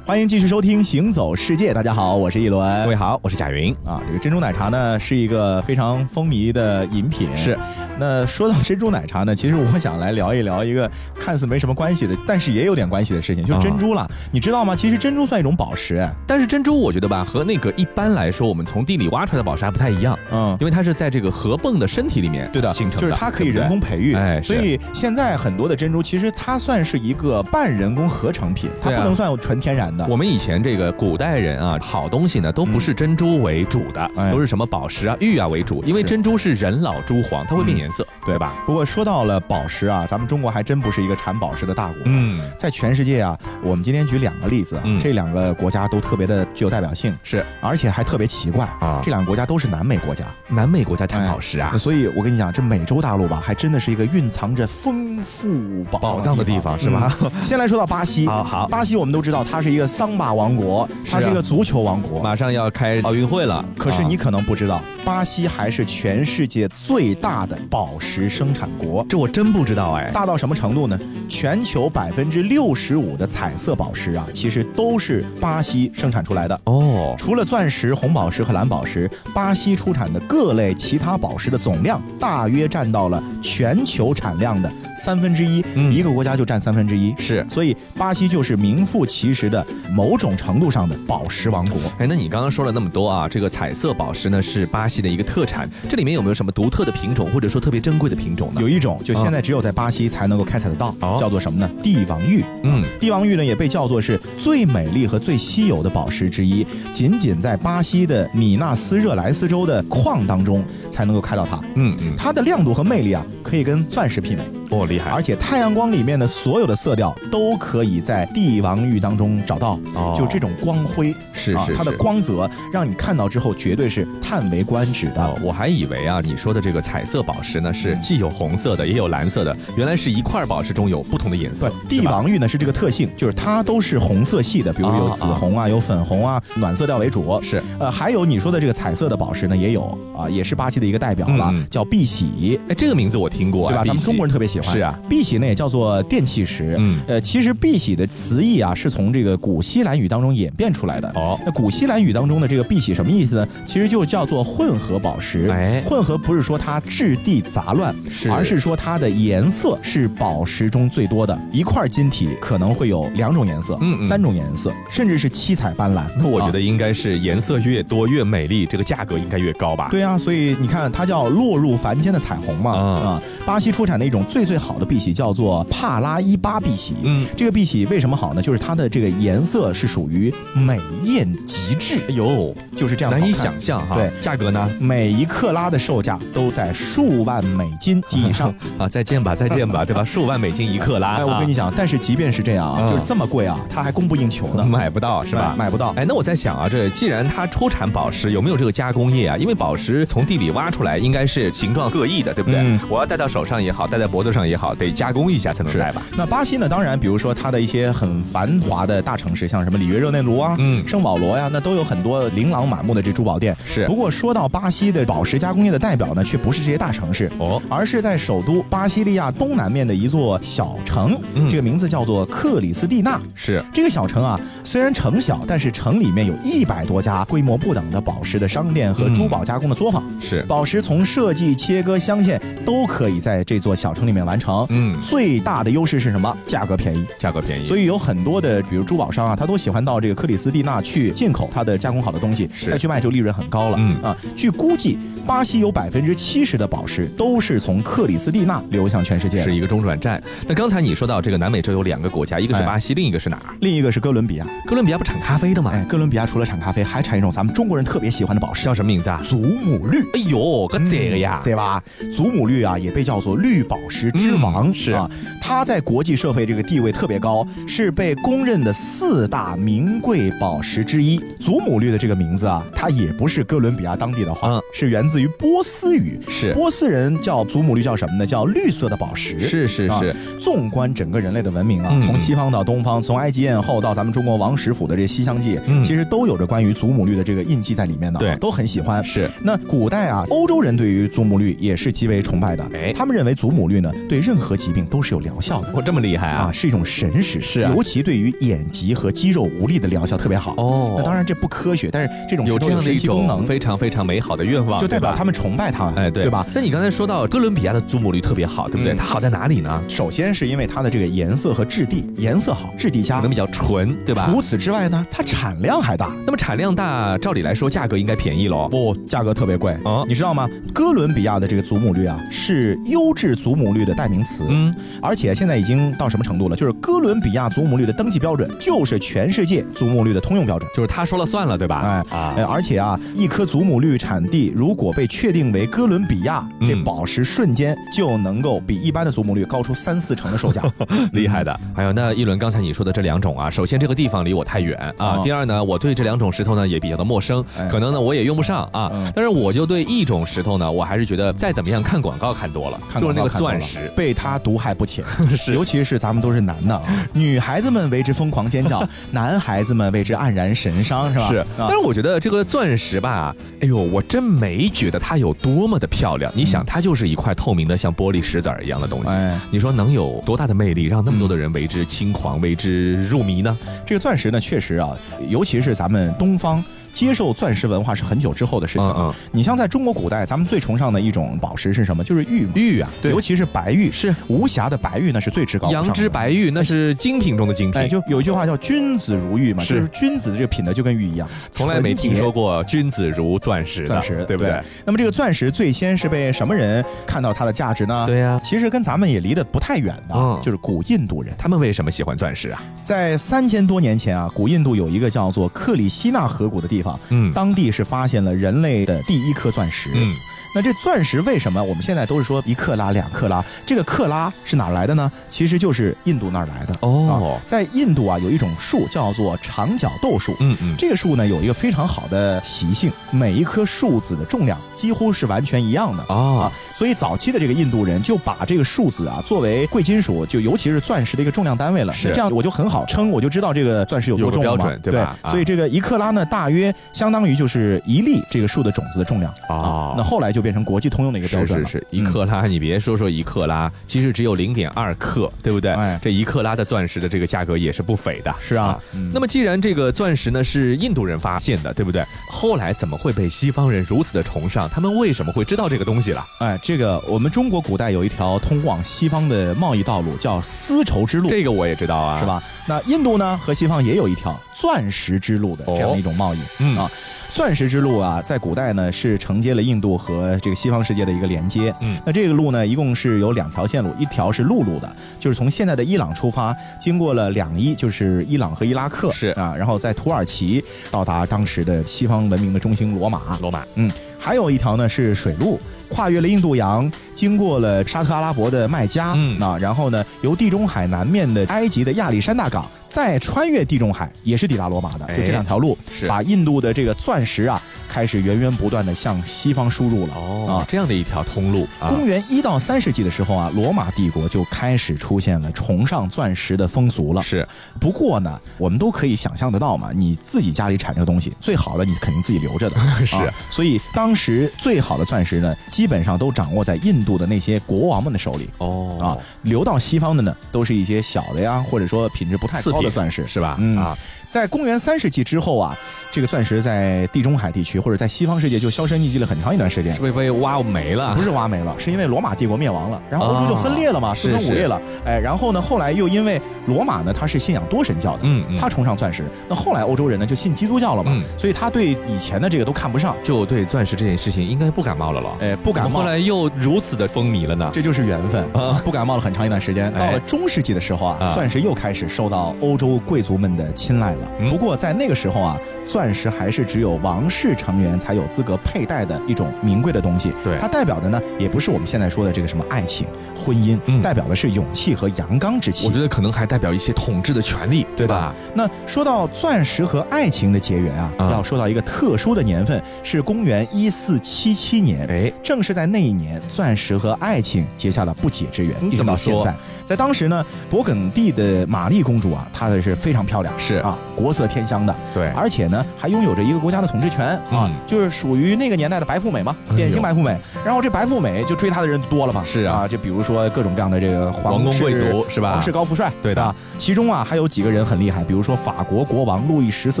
[SPEAKER 2] 欢迎继续收听《行走世界》，大家好，我是一轮。
[SPEAKER 3] 各位好，我是贾云。
[SPEAKER 2] 啊，这个珍珠奶茶呢是一个非常风靡的饮品。
[SPEAKER 3] 是，
[SPEAKER 2] 那说到珍珠奶茶呢，其实我想来聊一聊一个看似没什么关系的，但是也有点关系的事情，就是珍珠了。你知道吗？其实珍珠算一种宝石，哎
[SPEAKER 3] 但是珍珠我觉得吧，和那个一般来说我们从地里挖出来的宝石还不太一样，
[SPEAKER 2] 嗯，
[SPEAKER 3] 因为它是在这个河蚌的身体里面
[SPEAKER 2] 对的，
[SPEAKER 3] 形成
[SPEAKER 2] 就是它可以人工培育，
[SPEAKER 3] 对不对哎是
[SPEAKER 2] 所以现在很多的珍珠其实它算是一个半人工合成品，它
[SPEAKER 3] 对啊
[SPEAKER 2] 不能算纯天然的。
[SPEAKER 3] 我们以前这个古代人啊，好东西呢都不是珍珠为主的，
[SPEAKER 2] 哎
[SPEAKER 3] 都是什么宝石啊、玉啊为主，因为
[SPEAKER 2] 是
[SPEAKER 3] 珍珠是人老珠黄，它会变
[SPEAKER 2] 嗯
[SPEAKER 3] 颜色，
[SPEAKER 2] 对吧？不过说到了宝石啊，咱们中国还真不是一个产宝石的大国。
[SPEAKER 3] 嗯，
[SPEAKER 2] 在全世界啊，我们今天举两个例子啊，
[SPEAKER 3] 嗯
[SPEAKER 2] 这两个国家都特别的具有代表性，
[SPEAKER 3] 是
[SPEAKER 2] 而且还特别奇怪
[SPEAKER 3] 啊
[SPEAKER 2] 这两个国家都是南美国家，
[SPEAKER 3] 南美国家产宝石啊，
[SPEAKER 2] 所以我跟你讲，这美洲大陆吧，还真的是一个蕴藏着丰富宝
[SPEAKER 3] 宝藏的地方是吧？
[SPEAKER 2] 嗯先来说到巴 西，
[SPEAKER 3] 好好
[SPEAKER 2] 巴西我们都知道它是一个桑巴王国，它
[SPEAKER 3] 是
[SPEAKER 2] 是
[SPEAKER 3] 啊
[SPEAKER 2] 一个足球王国，
[SPEAKER 3] 马上要开奥运会了，
[SPEAKER 2] 可是你
[SPEAKER 3] 啊
[SPEAKER 2] 可能不知道，巴西还是全世界最大的宝石生产国。
[SPEAKER 3] 这我真不知道哎，
[SPEAKER 2] 大到什么程度呢？全球百分之六十五的彩色宝石啊，其实都是巴西生产出来的。
[SPEAKER 3] 哦，
[SPEAKER 2] 除了钻石、红宝石和蓝宝石，巴西出产的各类其他宝石的总量大约占到了全球产量的三分之一，
[SPEAKER 3] 嗯
[SPEAKER 2] 一个国家就占三分之一。
[SPEAKER 3] 是。
[SPEAKER 2] 所以，巴西就是名副其实的某种程度上的宝石王国。
[SPEAKER 3] 哎，那你刚刚说了那么多啊，这个彩色宝石呢是巴西的一个特产，这里面有没有什么独特的品种，或者说特别珍贵的品种呢？
[SPEAKER 2] 有，一种就现在只有在巴西才能够开采得到，
[SPEAKER 3] 哦
[SPEAKER 2] 叫做什么呢？帝王玉。
[SPEAKER 3] 嗯，
[SPEAKER 2] 帝王玉呢也被叫做是最美丽和最稀有的宝石之一，仅仅在巴西的米纳斯热莱斯州的矿当中才能够开到它。
[SPEAKER 3] 嗯嗯，
[SPEAKER 2] 它的亮度和魅力啊，可以跟钻石媲美，
[SPEAKER 3] 哦，厉害
[SPEAKER 2] 而，且太阳光里面的所有的色调都可以在帝王玉当中找到，
[SPEAKER 3] 哦
[SPEAKER 2] 就这种光辉，
[SPEAKER 3] 是
[SPEAKER 2] 啊
[SPEAKER 3] 是
[SPEAKER 2] 它的
[SPEAKER 3] 是
[SPEAKER 2] 光泽让你看到之后绝对是叹为观止的。
[SPEAKER 3] 哦，我还以为啊，你说的这个彩色宝石呢，是既有红色的，也有蓝色的，原来是一块宝石中有不同的颜
[SPEAKER 2] 对
[SPEAKER 3] 色。，
[SPEAKER 2] 帝
[SPEAKER 3] 是吧
[SPEAKER 2] 王玉呢是这个特性，就是它都是红色系的，比如
[SPEAKER 3] 啊
[SPEAKER 2] 有紫红啊，有粉红啊，暖色调为主。
[SPEAKER 3] 是，
[SPEAKER 2] 呃，还有你说的这个彩色的宝石呢，也有啊、也是巴西的一个代表了，
[SPEAKER 3] 嗯嗯
[SPEAKER 2] 叫碧玺，
[SPEAKER 3] 哎，这个名字我听过、啊，
[SPEAKER 2] 对吧？
[SPEAKER 3] 碧
[SPEAKER 2] 咱们
[SPEAKER 3] 玺
[SPEAKER 2] 中国人特别喜欢。
[SPEAKER 3] 是啊，
[SPEAKER 2] 碧玺呢也叫做电气石。
[SPEAKER 3] 嗯
[SPEAKER 2] 呃，其实碧玺的词义啊是从这个古希兰语当中演变出来的。
[SPEAKER 3] 哦，
[SPEAKER 2] 那古希兰语当中的这个碧玺什么意思呢？其实就叫做混合宝石。
[SPEAKER 3] 哎
[SPEAKER 2] 混合不是说它质地杂乱，
[SPEAKER 3] 是
[SPEAKER 2] 而是说它的颜色是宝石中最多的。一块晶体可能会有两种颜色，
[SPEAKER 3] 嗯嗯
[SPEAKER 2] 三种颜色，甚至是七彩斑斓。
[SPEAKER 3] 那我觉
[SPEAKER 2] 啊
[SPEAKER 3] 得应该是颜色越多越美丽，这个价格应该越高吧？，
[SPEAKER 2] 对啊，所以你看，它叫落入凡间的彩虹嘛
[SPEAKER 3] 啊
[SPEAKER 2] 啊！巴西出产的一种最最好的碧玺叫做帕拉伊巴碧玺。
[SPEAKER 3] 嗯
[SPEAKER 2] 这个碧玺为什么好呢？就是它的这个颜色是属于美艳极致，
[SPEAKER 3] 哎呦，
[SPEAKER 2] 就是这样
[SPEAKER 3] 难以
[SPEAKER 2] 好看
[SPEAKER 3] 想象哈。
[SPEAKER 2] 对
[SPEAKER 3] 价格呢？
[SPEAKER 2] 每一克拉的售价都在数万美金及以上。
[SPEAKER 3] 啊，再见吧，再见吧，对吧？数万美金一克拉，
[SPEAKER 2] 哎，我跟你讲，但是即便是这样啊，
[SPEAKER 3] 啊嗯
[SPEAKER 2] 就是这么贵啊，它还供不应求
[SPEAKER 3] 啊
[SPEAKER 2] 呢，
[SPEAKER 3] 买不到是吧？
[SPEAKER 2] 买买不到。
[SPEAKER 3] 哎，那我在想啊，这既然它出产宝石，有没有这个加工业啊？因为宝石从地里挖出来，应该是形状各异的，对不对？
[SPEAKER 2] 嗯
[SPEAKER 3] 我要戴到手上也好，戴在脖子上也好，得加工一下才能
[SPEAKER 2] 是
[SPEAKER 3] 戴吧？
[SPEAKER 2] 那巴西呢？当然，比如说它的一些很繁华的大城市，像什么里约热内卢啊、
[SPEAKER 3] 嗯
[SPEAKER 2] 圣保罗呀、那都有很多琳琅满目的这珠宝店。
[SPEAKER 3] 是
[SPEAKER 2] 不过说到巴西的宝石加工业的代表呢，却不是这些大城市。
[SPEAKER 3] 哦，
[SPEAKER 2] 而是在首都巴西利亚东南面的一座小城，
[SPEAKER 3] 嗯
[SPEAKER 2] 这个名字叫做克里斯蒂纳。
[SPEAKER 3] 是
[SPEAKER 2] 这个小城啊，虽然城小，但是城里面有一百多家规模不等的宝石的商店和
[SPEAKER 3] 嗯
[SPEAKER 2] 珠宝加工的作坊。
[SPEAKER 3] 是，
[SPEAKER 2] 宝石从设计、切割、镶嵌都可以在这座小城里面完成。
[SPEAKER 3] 嗯，
[SPEAKER 2] 最大的优势是什么？价格便宜。
[SPEAKER 3] 价格便宜，
[SPEAKER 2] 所
[SPEAKER 3] 以
[SPEAKER 2] 以有很多的，比如珠宝商啊，他都喜欢到这个克里斯蒂纳去进口它的加工好的东西，
[SPEAKER 3] 是
[SPEAKER 2] 再去卖，就利润很高了。
[SPEAKER 3] 嗯
[SPEAKER 2] 啊，据估计，巴西有百分之七十的宝石都是从克里斯蒂纳流向全世界
[SPEAKER 3] 是
[SPEAKER 2] 的。
[SPEAKER 3] 一个中转站。那刚才你说到这个南美洲有两个国家，一个是
[SPEAKER 2] 哎
[SPEAKER 3] 巴西，另一个是哪儿？
[SPEAKER 2] 另一个是哥伦比亚，
[SPEAKER 3] 哥伦比亚不产咖啡的吗？
[SPEAKER 2] 哎，哥伦比亚除了产咖啡，还产一种咱们中国人特别喜欢的宝石，
[SPEAKER 3] 叫什么名字啊？
[SPEAKER 2] 祖母绿。
[SPEAKER 3] 哎呦，个这个呀！
[SPEAKER 2] 对吧？嗯祖母绿啊，也被叫做绿宝石之王，
[SPEAKER 3] 嗯是
[SPEAKER 2] 啊，它在国际社会这个地位特别高，是被公认的四大名贵宝石之一。祖母绿的这个名字啊，它也不是哥伦比亚当地的话，
[SPEAKER 3] 嗯
[SPEAKER 2] 是源自于波斯语。
[SPEAKER 3] 是
[SPEAKER 2] 波斯人叫祖母绿叫什么呢？叫绿色的宝石。
[SPEAKER 3] 是是
[SPEAKER 2] 啊
[SPEAKER 3] 是，
[SPEAKER 2] 纵观整个人类的文明啊，
[SPEAKER 3] 嗯
[SPEAKER 2] 从西方到东方，从埃及艳后到咱们中国王实甫的这《西厢记》
[SPEAKER 3] 嗯
[SPEAKER 2] 其实都有着关于祖母绿的这个印记在里面的啊、
[SPEAKER 3] 对
[SPEAKER 2] 都很喜欢。
[SPEAKER 3] 是
[SPEAKER 2] 那古代啊，欧洲人对于祖母绿也是极为崇拜的。
[SPEAKER 3] 哎
[SPEAKER 2] 他们认为祖母绿呢对任何疾病都是有疗效的。
[SPEAKER 3] 我这么厉害
[SPEAKER 2] 啊，
[SPEAKER 3] 啊？
[SPEAKER 2] 是一种神识，
[SPEAKER 3] 是啊
[SPEAKER 2] 尤其对于眼疾和肌肉无力的疗效特别好。
[SPEAKER 3] 哦
[SPEAKER 2] 那当然这不科学，但是这种
[SPEAKER 3] 有
[SPEAKER 2] 石头
[SPEAKER 3] 这样的
[SPEAKER 2] 神
[SPEAKER 3] 一
[SPEAKER 2] 奇功
[SPEAKER 3] 种
[SPEAKER 2] 能，
[SPEAKER 3] 非常非常美好的愿望，
[SPEAKER 2] 就代表
[SPEAKER 3] 对吧
[SPEAKER 2] 他们崇拜他们，
[SPEAKER 3] 哎，对
[SPEAKER 2] 对吧？
[SPEAKER 3] 那你刚才说到哥伦比亚的祖母绿特别好，对不对？
[SPEAKER 2] 嗯
[SPEAKER 3] 它好在哪里呢？
[SPEAKER 2] 首先是因为它的这个颜色和质地，颜色好，质地
[SPEAKER 3] 可
[SPEAKER 2] 佳
[SPEAKER 3] 能，比较纯，对吧？
[SPEAKER 2] 除此之外呢，它产量还大。
[SPEAKER 3] 那么产量大，照理来说价格应该便宜喽。
[SPEAKER 2] 不、价格特别贵
[SPEAKER 3] 啊
[SPEAKER 2] 你知道吗？哥伦比亚的这个祖母绿啊，是优质祖母绿的代名词。
[SPEAKER 3] 嗯，
[SPEAKER 2] 而且现在已经到什么程度了？就是哥伦比亚祖母绿的登记标准，就是全世界祖母绿的通用标准。
[SPEAKER 3] 就是他说了算了，对吧？
[SPEAKER 2] 哎
[SPEAKER 3] 啊
[SPEAKER 2] 呃，，而且啊，一颗祖母绿产地如果被确定为哥伦比亚，
[SPEAKER 3] 嗯
[SPEAKER 2] 这宝石瞬间就能够比一般的祖母绿高出三四成的售价。
[SPEAKER 3] 厉害的。还有那一轮刚才你说的这两种啊，首先这个地方离我太远啊，
[SPEAKER 2] 啊
[SPEAKER 3] 第二呢，我对这两种石头呢也比较的陌生，
[SPEAKER 2] 哎
[SPEAKER 3] 可能呢我也用不上啊。
[SPEAKER 2] 嗯
[SPEAKER 3] 但是我就对一种石头呢，我还是觉得再怎么样看广告看多了，
[SPEAKER 2] 看
[SPEAKER 3] 就
[SPEAKER 2] 广
[SPEAKER 3] 是那
[SPEAKER 2] 告
[SPEAKER 3] 个
[SPEAKER 2] 看多了
[SPEAKER 3] 钻石。
[SPEAKER 2] 被它毒害不浅，
[SPEAKER 3] 是
[SPEAKER 2] 尤其是咱们都是男的 啊，女孩子们为之疯狂尖叫，男孩子们为之黯然神伤，是吧？
[SPEAKER 3] 是，但
[SPEAKER 2] 啊
[SPEAKER 3] 是，我觉得这个钻石吧，哎呦，我真没觉得它有多么的漂亮。你想，它就是一块透明的像玻璃石子儿一样的东西，
[SPEAKER 2] 嗯哎，嗯
[SPEAKER 3] 你说能有多大的魅力，让那么多的人为之轻狂、为之入迷呢？
[SPEAKER 2] 这个钻石呢，确实啊，尤其是咱们东方接受钻石文化是很久之后的事情。
[SPEAKER 3] 嗯嗯
[SPEAKER 2] 你像在中国古代，咱们最崇尚的一种宝石是什么？就是玉嘛，
[SPEAKER 3] 玉啊，
[SPEAKER 2] 尤其是白玉，
[SPEAKER 3] 是
[SPEAKER 2] 无瑕的白玉呢是最至高无上的
[SPEAKER 3] 羊脂。白玉，那是精品中的精
[SPEAKER 2] 哎，
[SPEAKER 3] 品，
[SPEAKER 2] 就有一句话叫“君子如玉”嘛，
[SPEAKER 3] 是
[SPEAKER 2] 就是君子的这个品德就跟玉一样，
[SPEAKER 3] 从来没听
[SPEAKER 2] 纯洁
[SPEAKER 3] 说过君子如钻石的，
[SPEAKER 2] 钻石，
[SPEAKER 3] 对不对？？
[SPEAKER 2] 那么这个钻石最先是被什么人看到它的价值呢？
[SPEAKER 3] 对呀
[SPEAKER 2] 其实跟咱们也离得不太远的啊
[SPEAKER 3] 嗯，
[SPEAKER 2] 就是古印度人。
[SPEAKER 3] 他们为什么喜欢钻石啊？
[SPEAKER 2] 在三千多年前啊，古印度有一个叫做克里希那河谷的地方，
[SPEAKER 3] 嗯
[SPEAKER 2] 当地是发现了人类的第一颗钻石。
[SPEAKER 3] 嗯，
[SPEAKER 2] 那这钻石为什么我们现在都是说一克拉、两克拉？这个克拉是哪儿来的呢？其实就是印度那儿来的。
[SPEAKER 3] 哦
[SPEAKER 2] 啊在印度啊，有一种树叫做长角豆树。
[SPEAKER 3] 嗯嗯，
[SPEAKER 2] 这个树呢有一个非常好的习性，每一棵树子的重量几乎是完全一样的。啊
[SPEAKER 3] 哦，
[SPEAKER 2] 所以早期的这个印度人就把这个树子啊作为贵金属，就尤其是钻石的一个重量单位了。
[SPEAKER 3] 是
[SPEAKER 2] 那这样我就很好称，我就知道这个钻石有多重了
[SPEAKER 3] 有个标
[SPEAKER 2] 嘛
[SPEAKER 3] 准对
[SPEAKER 2] 对
[SPEAKER 3] 吧啊
[SPEAKER 2] 所以这个一克拉呢，大约相当于就是一粒这个树的种子的重量。
[SPEAKER 3] 哦
[SPEAKER 2] 啊，那后来就变成国际通用的一个标
[SPEAKER 3] 是
[SPEAKER 2] 准
[SPEAKER 3] 是
[SPEAKER 2] 了。嗯
[SPEAKER 3] 是，一克拉，你别说说一克拉，其实只有零点二克，对不对
[SPEAKER 2] 哎？
[SPEAKER 3] 这一克拉的钻石的这个价格也是不菲的。
[SPEAKER 2] 是啊，嗯
[SPEAKER 3] 那么既然这个钻石呢是印度人发现的，对不对？后来怎么会被西方人如此的崇尚？他们为什么会知道这个东西了？
[SPEAKER 2] 哎，这个我们中国古代有一条通往西方的贸易道路叫丝绸之路。
[SPEAKER 3] 这个我也知道啊，
[SPEAKER 2] 是？吧？那印度呢和西方也有一条钻石之路的这样的一种贸易、
[SPEAKER 3] 嗯
[SPEAKER 2] 啊。钻石之路啊，在古代呢是承接了印度和这个西方世界的一个连接。
[SPEAKER 3] 嗯
[SPEAKER 2] 那这个路呢，一共是有两条线路，一条是陆路的，就是从现在的伊朗出发，经过了两伊，就是伊朗和伊拉克，
[SPEAKER 3] 是
[SPEAKER 2] 啊，然后在土耳其到达当时的西方文明的中心罗马。
[SPEAKER 3] 罗马
[SPEAKER 2] 嗯，还有一条呢是水路，跨越了印度洋，经过了沙特阿拉伯的麦加，
[SPEAKER 3] 嗯
[SPEAKER 2] 啊，然后呢由地中海南面的埃及的亚历山大港，再穿越地中海，也是抵达罗马的。
[SPEAKER 3] 哎
[SPEAKER 2] 就这两条路，
[SPEAKER 3] 是
[SPEAKER 2] 把印度的这个钻石啊，开始源源不断的向西方输入了。
[SPEAKER 3] 哦
[SPEAKER 2] 啊，
[SPEAKER 3] 这样的一条通路啊，
[SPEAKER 2] 公元一到三世纪的时候啊，罗马帝国就开始出现了崇尚钻石的风俗了。
[SPEAKER 3] 是
[SPEAKER 2] 不过呢，我们都可以想象得到嘛，你自己家里产这个东西，最好的你肯定自己留着的。
[SPEAKER 3] 是
[SPEAKER 2] 啊所以当时最好的钻石呢，基本上都掌握在印度的那些国王们的手里。
[SPEAKER 3] 哦
[SPEAKER 2] 啊，流到西方的呢，都是一些小的呀，或者说品质不太
[SPEAKER 3] 次
[SPEAKER 2] 高的
[SPEAKER 3] 品
[SPEAKER 2] 钻石。
[SPEAKER 3] 是吧？
[SPEAKER 2] 嗯
[SPEAKER 3] 啊，
[SPEAKER 2] 在公元三世纪之后啊，这个钻石在地中海地区或者在西方世界就销声匿迹了很长一段时间
[SPEAKER 3] 是。被被挖没了，
[SPEAKER 2] 不是挖没了，是因为罗马帝国灭亡了，然后欧洲就分裂了嘛，
[SPEAKER 3] 哦
[SPEAKER 2] 四分
[SPEAKER 3] 是
[SPEAKER 2] 五裂
[SPEAKER 3] 是
[SPEAKER 2] 了。哎，然后呢，后来又因为罗马呢，他是信仰多神教的，
[SPEAKER 3] 嗯嗯
[SPEAKER 2] 他崇尚钻石。那后来欧洲人呢就信基督教了嘛，
[SPEAKER 3] 嗯
[SPEAKER 2] 所以他对以前的这个都看不上，
[SPEAKER 3] 就对钻石这件事情应该不感冒了了。
[SPEAKER 2] 哎，不
[SPEAKER 3] 怎
[SPEAKER 2] 感
[SPEAKER 3] 么
[SPEAKER 2] 冒
[SPEAKER 3] 后。来又如此的风靡了呢？
[SPEAKER 2] 这就是缘分
[SPEAKER 3] 啊
[SPEAKER 2] 啊！不感冒了很长一段时间，
[SPEAKER 3] 哎
[SPEAKER 2] 到了中世纪的时候
[SPEAKER 3] 啊
[SPEAKER 2] 啊，钻石又开始受到欧洲贵族们的青睐了
[SPEAKER 3] 嗯。
[SPEAKER 2] 不过在那个时候啊，钻石还是只有王室成员才有资格佩戴的一种名贵的东西。
[SPEAKER 3] 对
[SPEAKER 2] 它代表的呢，也不是我们现在说的这个什么爱情、婚姻
[SPEAKER 3] 嗯，
[SPEAKER 2] 代表的是勇气和阳刚之气
[SPEAKER 3] 我觉。得可能还代表一些统治的权利，对
[SPEAKER 2] 对
[SPEAKER 3] 吧
[SPEAKER 2] 吧？那说到钻石和爱情的结缘啊，
[SPEAKER 3] 啊
[SPEAKER 2] 要说到一个特殊的年份，是公元一四七七年。
[SPEAKER 3] 哎，
[SPEAKER 2] 正是在那一年，钻石和爱情结下了不解之缘
[SPEAKER 3] 嗯，
[SPEAKER 2] 一直
[SPEAKER 3] 怎么
[SPEAKER 2] 到现
[SPEAKER 3] 说
[SPEAKER 2] 在。在当时呢，勃艮第的玛丽公主啊，她的是非常漂亮，
[SPEAKER 3] 是
[SPEAKER 2] 啊，国色天香的，
[SPEAKER 3] 对
[SPEAKER 2] 而且呢还拥有着一个国家的统治权啊
[SPEAKER 3] 嗯，
[SPEAKER 2] 就是属于那个年代的白富美嘛，
[SPEAKER 3] 哎呦
[SPEAKER 2] 典型白富美。然后这白富美就追她的人多了嘛，
[SPEAKER 3] 是啊
[SPEAKER 2] 这比如说各种各样的这个
[SPEAKER 3] 王公
[SPEAKER 2] 室
[SPEAKER 3] 贵族是吧
[SPEAKER 2] 皇室高富帅，
[SPEAKER 3] 对的
[SPEAKER 2] 啊。其中啊还有几个人很厉害，比如说法国国王路易十四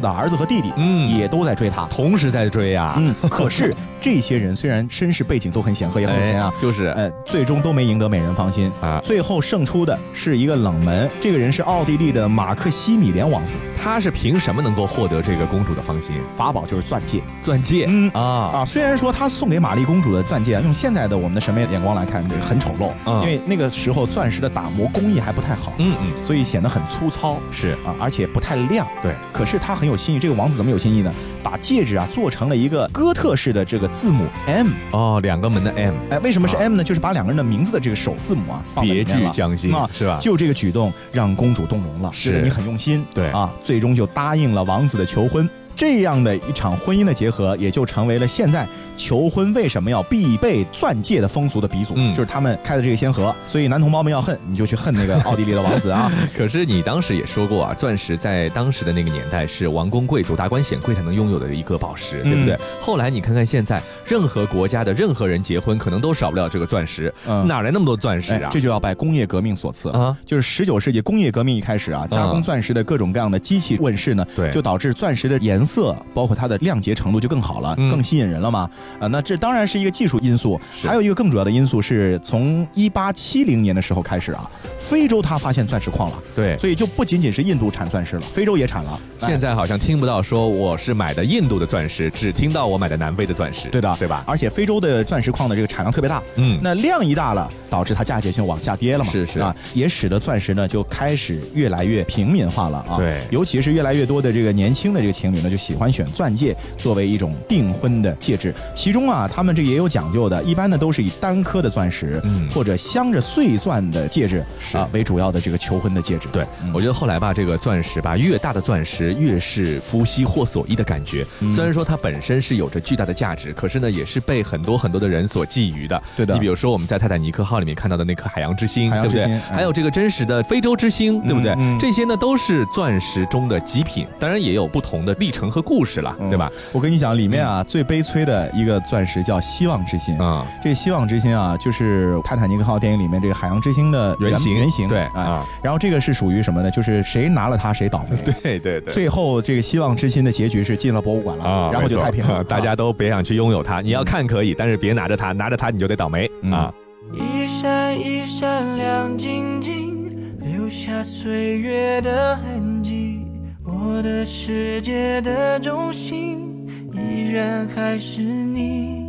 [SPEAKER 2] 的儿子和弟弟，
[SPEAKER 3] 嗯
[SPEAKER 2] 也都在追她。
[SPEAKER 3] 同时在追啊，
[SPEAKER 2] 嗯，可是这些人虽然身世背景都很显赫，也很有钱啊
[SPEAKER 3] 哎，就是
[SPEAKER 2] 呃，最终都没赢得美人芳心
[SPEAKER 3] 啊
[SPEAKER 2] 最后胜出的是一个冷门，这个人是奥地利的马克西米连王子，
[SPEAKER 3] 他是凭什么能够获得这个公主的芳心？
[SPEAKER 2] 法宝就是钻戒
[SPEAKER 3] 钻戒
[SPEAKER 2] 嗯
[SPEAKER 3] 啊，
[SPEAKER 2] 啊。虽然说他送给玛丽公主的钻戒啊，用现在的我们的审美眼光来看，这个很丑陋，
[SPEAKER 3] 嗯
[SPEAKER 2] 因为那个时候钻石的打磨工艺还不太好，
[SPEAKER 3] 嗯嗯，
[SPEAKER 2] 所以显得很粗糙
[SPEAKER 3] 是
[SPEAKER 2] 啊，而且不太亮。
[SPEAKER 3] 对，
[SPEAKER 2] 可是他很有心意，这个王子怎么有心意呢？把戒指啊做成了一个哥特式的这个字母 M，
[SPEAKER 3] 哦，两个门的 M，
[SPEAKER 2] 哎，为什么是
[SPEAKER 3] 啊
[SPEAKER 2] M 呢？就是把两个人的名字的这个首字母啊放在里
[SPEAKER 3] 别
[SPEAKER 2] 面
[SPEAKER 3] 具
[SPEAKER 2] 了
[SPEAKER 3] 匠心
[SPEAKER 2] 啊
[SPEAKER 3] 是吧？
[SPEAKER 2] 就这个举动让公主动容了，
[SPEAKER 3] 是
[SPEAKER 2] 觉得你很用心，
[SPEAKER 3] 对
[SPEAKER 2] 啊，最终就答应了王子的求婚。这样的一场婚姻的结合，也就成为了现在求婚为什么要必备钻戒的风俗的鼻祖，
[SPEAKER 3] 嗯
[SPEAKER 2] 就是他们开的这个先河。所以男同胞们要恨，你就去恨那个奥地利的王子 啊。
[SPEAKER 3] 可是你当时也说过啊，钻石在当时的那个年代是王公贵族、达官显贵才能拥有的一个宝石，
[SPEAKER 2] 嗯
[SPEAKER 3] 对不对？后来你看看现在，任何国家的任何人结婚，可能都少不了这个钻石，
[SPEAKER 2] 嗯
[SPEAKER 3] 哪来那么多钻石
[SPEAKER 2] 哎
[SPEAKER 3] 啊？
[SPEAKER 2] 这就要拜工业革命所赐了。
[SPEAKER 3] 啊，
[SPEAKER 2] 就是十九世纪工业革命一开始啊，加工钻石的各种各样的机器问世呢，
[SPEAKER 3] 嗯对
[SPEAKER 2] 就导致钻石的颜色包括它的亮洁程度就更好了，
[SPEAKER 3] 嗯
[SPEAKER 2] 更吸引人了嘛。啊、那这当然是一个技术因素，
[SPEAKER 3] 是
[SPEAKER 2] 还有一个更主要的因素是从一八七零年的时候开始啊，非洲它发现钻石矿了，
[SPEAKER 3] 对。
[SPEAKER 2] 所以就不仅仅是印度产钻石了，非洲也产了。哎
[SPEAKER 3] 现在好像听不到说我是买的印度的钻石，只听到我买的南非的钻石，
[SPEAKER 2] 对的，
[SPEAKER 3] 对吧？
[SPEAKER 2] 而且非洲的钻石矿的这个产量特别大，
[SPEAKER 3] 嗯
[SPEAKER 2] 那量一大了，导致它价钱就往下跌了嘛，
[SPEAKER 3] 是是
[SPEAKER 2] 啊，也使得钻石呢就开始越来越平民化了啊，
[SPEAKER 3] 对
[SPEAKER 2] 尤其是越来越多的这个年轻的这个情侣呢，就喜欢选钻戒作为一种订婚的戒指，其中啊，他们这也有讲究的，一般呢都是以单颗的钻石，
[SPEAKER 3] 嗯
[SPEAKER 2] 或者镶着碎钻的戒指
[SPEAKER 3] 是
[SPEAKER 2] 啊为主要的这个求婚的戒指，嗯
[SPEAKER 3] 对，我觉得后来吧，这个钻石吧，越大的钻石越是夫妻或所依的感觉。
[SPEAKER 2] 嗯
[SPEAKER 3] 虽然说它本身是有着巨大的价值，可是呢，也是被很多很多的人所觊觎的。
[SPEAKER 2] 对的
[SPEAKER 3] 你比如说我们在泰坦尼克号里面看到的那颗海洋之星，
[SPEAKER 2] 海洋之
[SPEAKER 3] 对不对
[SPEAKER 2] 星？嗯
[SPEAKER 3] 还有这个真实的非洲之星，对不对？
[SPEAKER 2] 嗯嗯
[SPEAKER 3] 这些呢都是钻石中的极品，当然也有不同的历程和故事了，
[SPEAKER 2] 嗯
[SPEAKER 3] 对吧？
[SPEAKER 2] 我跟你讲，里面
[SPEAKER 3] 嗯
[SPEAKER 2] 啊、最悲催的一个钻石叫希望之心
[SPEAKER 3] 啊、
[SPEAKER 2] 这希望之心啊，就是《泰坦尼克号》电影里面这个海洋之心的
[SPEAKER 3] 原型
[SPEAKER 2] 原型，
[SPEAKER 3] 对
[SPEAKER 2] 哎
[SPEAKER 3] 啊
[SPEAKER 2] 然后这个是属于什么呢？就是谁拿了它谁倒霉。对。
[SPEAKER 3] 对对对。
[SPEAKER 2] 最后这个希望之心的结局是进了博物馆了，
[SPEAKER 3] 啊，
[SPEAKER 2] 然后就
[SPEAKER 3] 没错
[SPEAKER 2] 太平了。
[SPEAKER 3] 大家都别想去拥有它。你要看可以，但是别拿着它，拿着它你就得倒霉
[SPEAKER 2] 嗯
[SPEAKER 3] 啊！
[SPEAKER 7] 一闪一闪亮晶晶，留下岁月的痕迹。我的世界的中心依然还是你。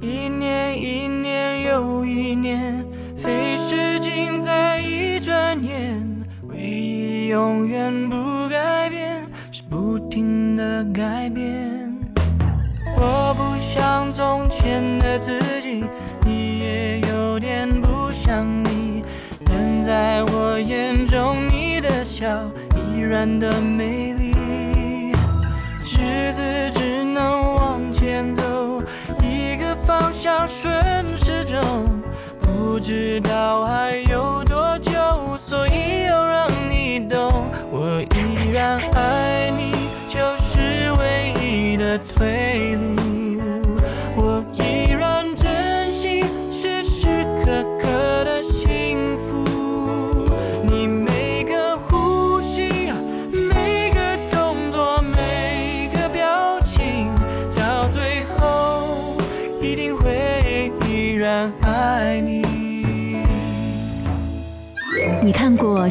[SPEAKER 7] 一年一年又一年，飞逝尽在一转眼。回忆永远不改变，是不停的改变。我不像从前的自己，你也有点不像你，但在我眼中，你的笑依然的美丽。日子只能往前走，一个方向顺时钟，不知道还有多久，所以要让你懂，我依然爱你，就是唯一的退路。我依然珍惜时时刻刻的幸福，你每个呼吸，每个动作，每个表情，到最后一定会依然爱你。
[SPEAKER 1] 你看过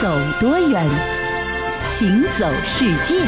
[SPEAKER 1] 走多远，行走世界。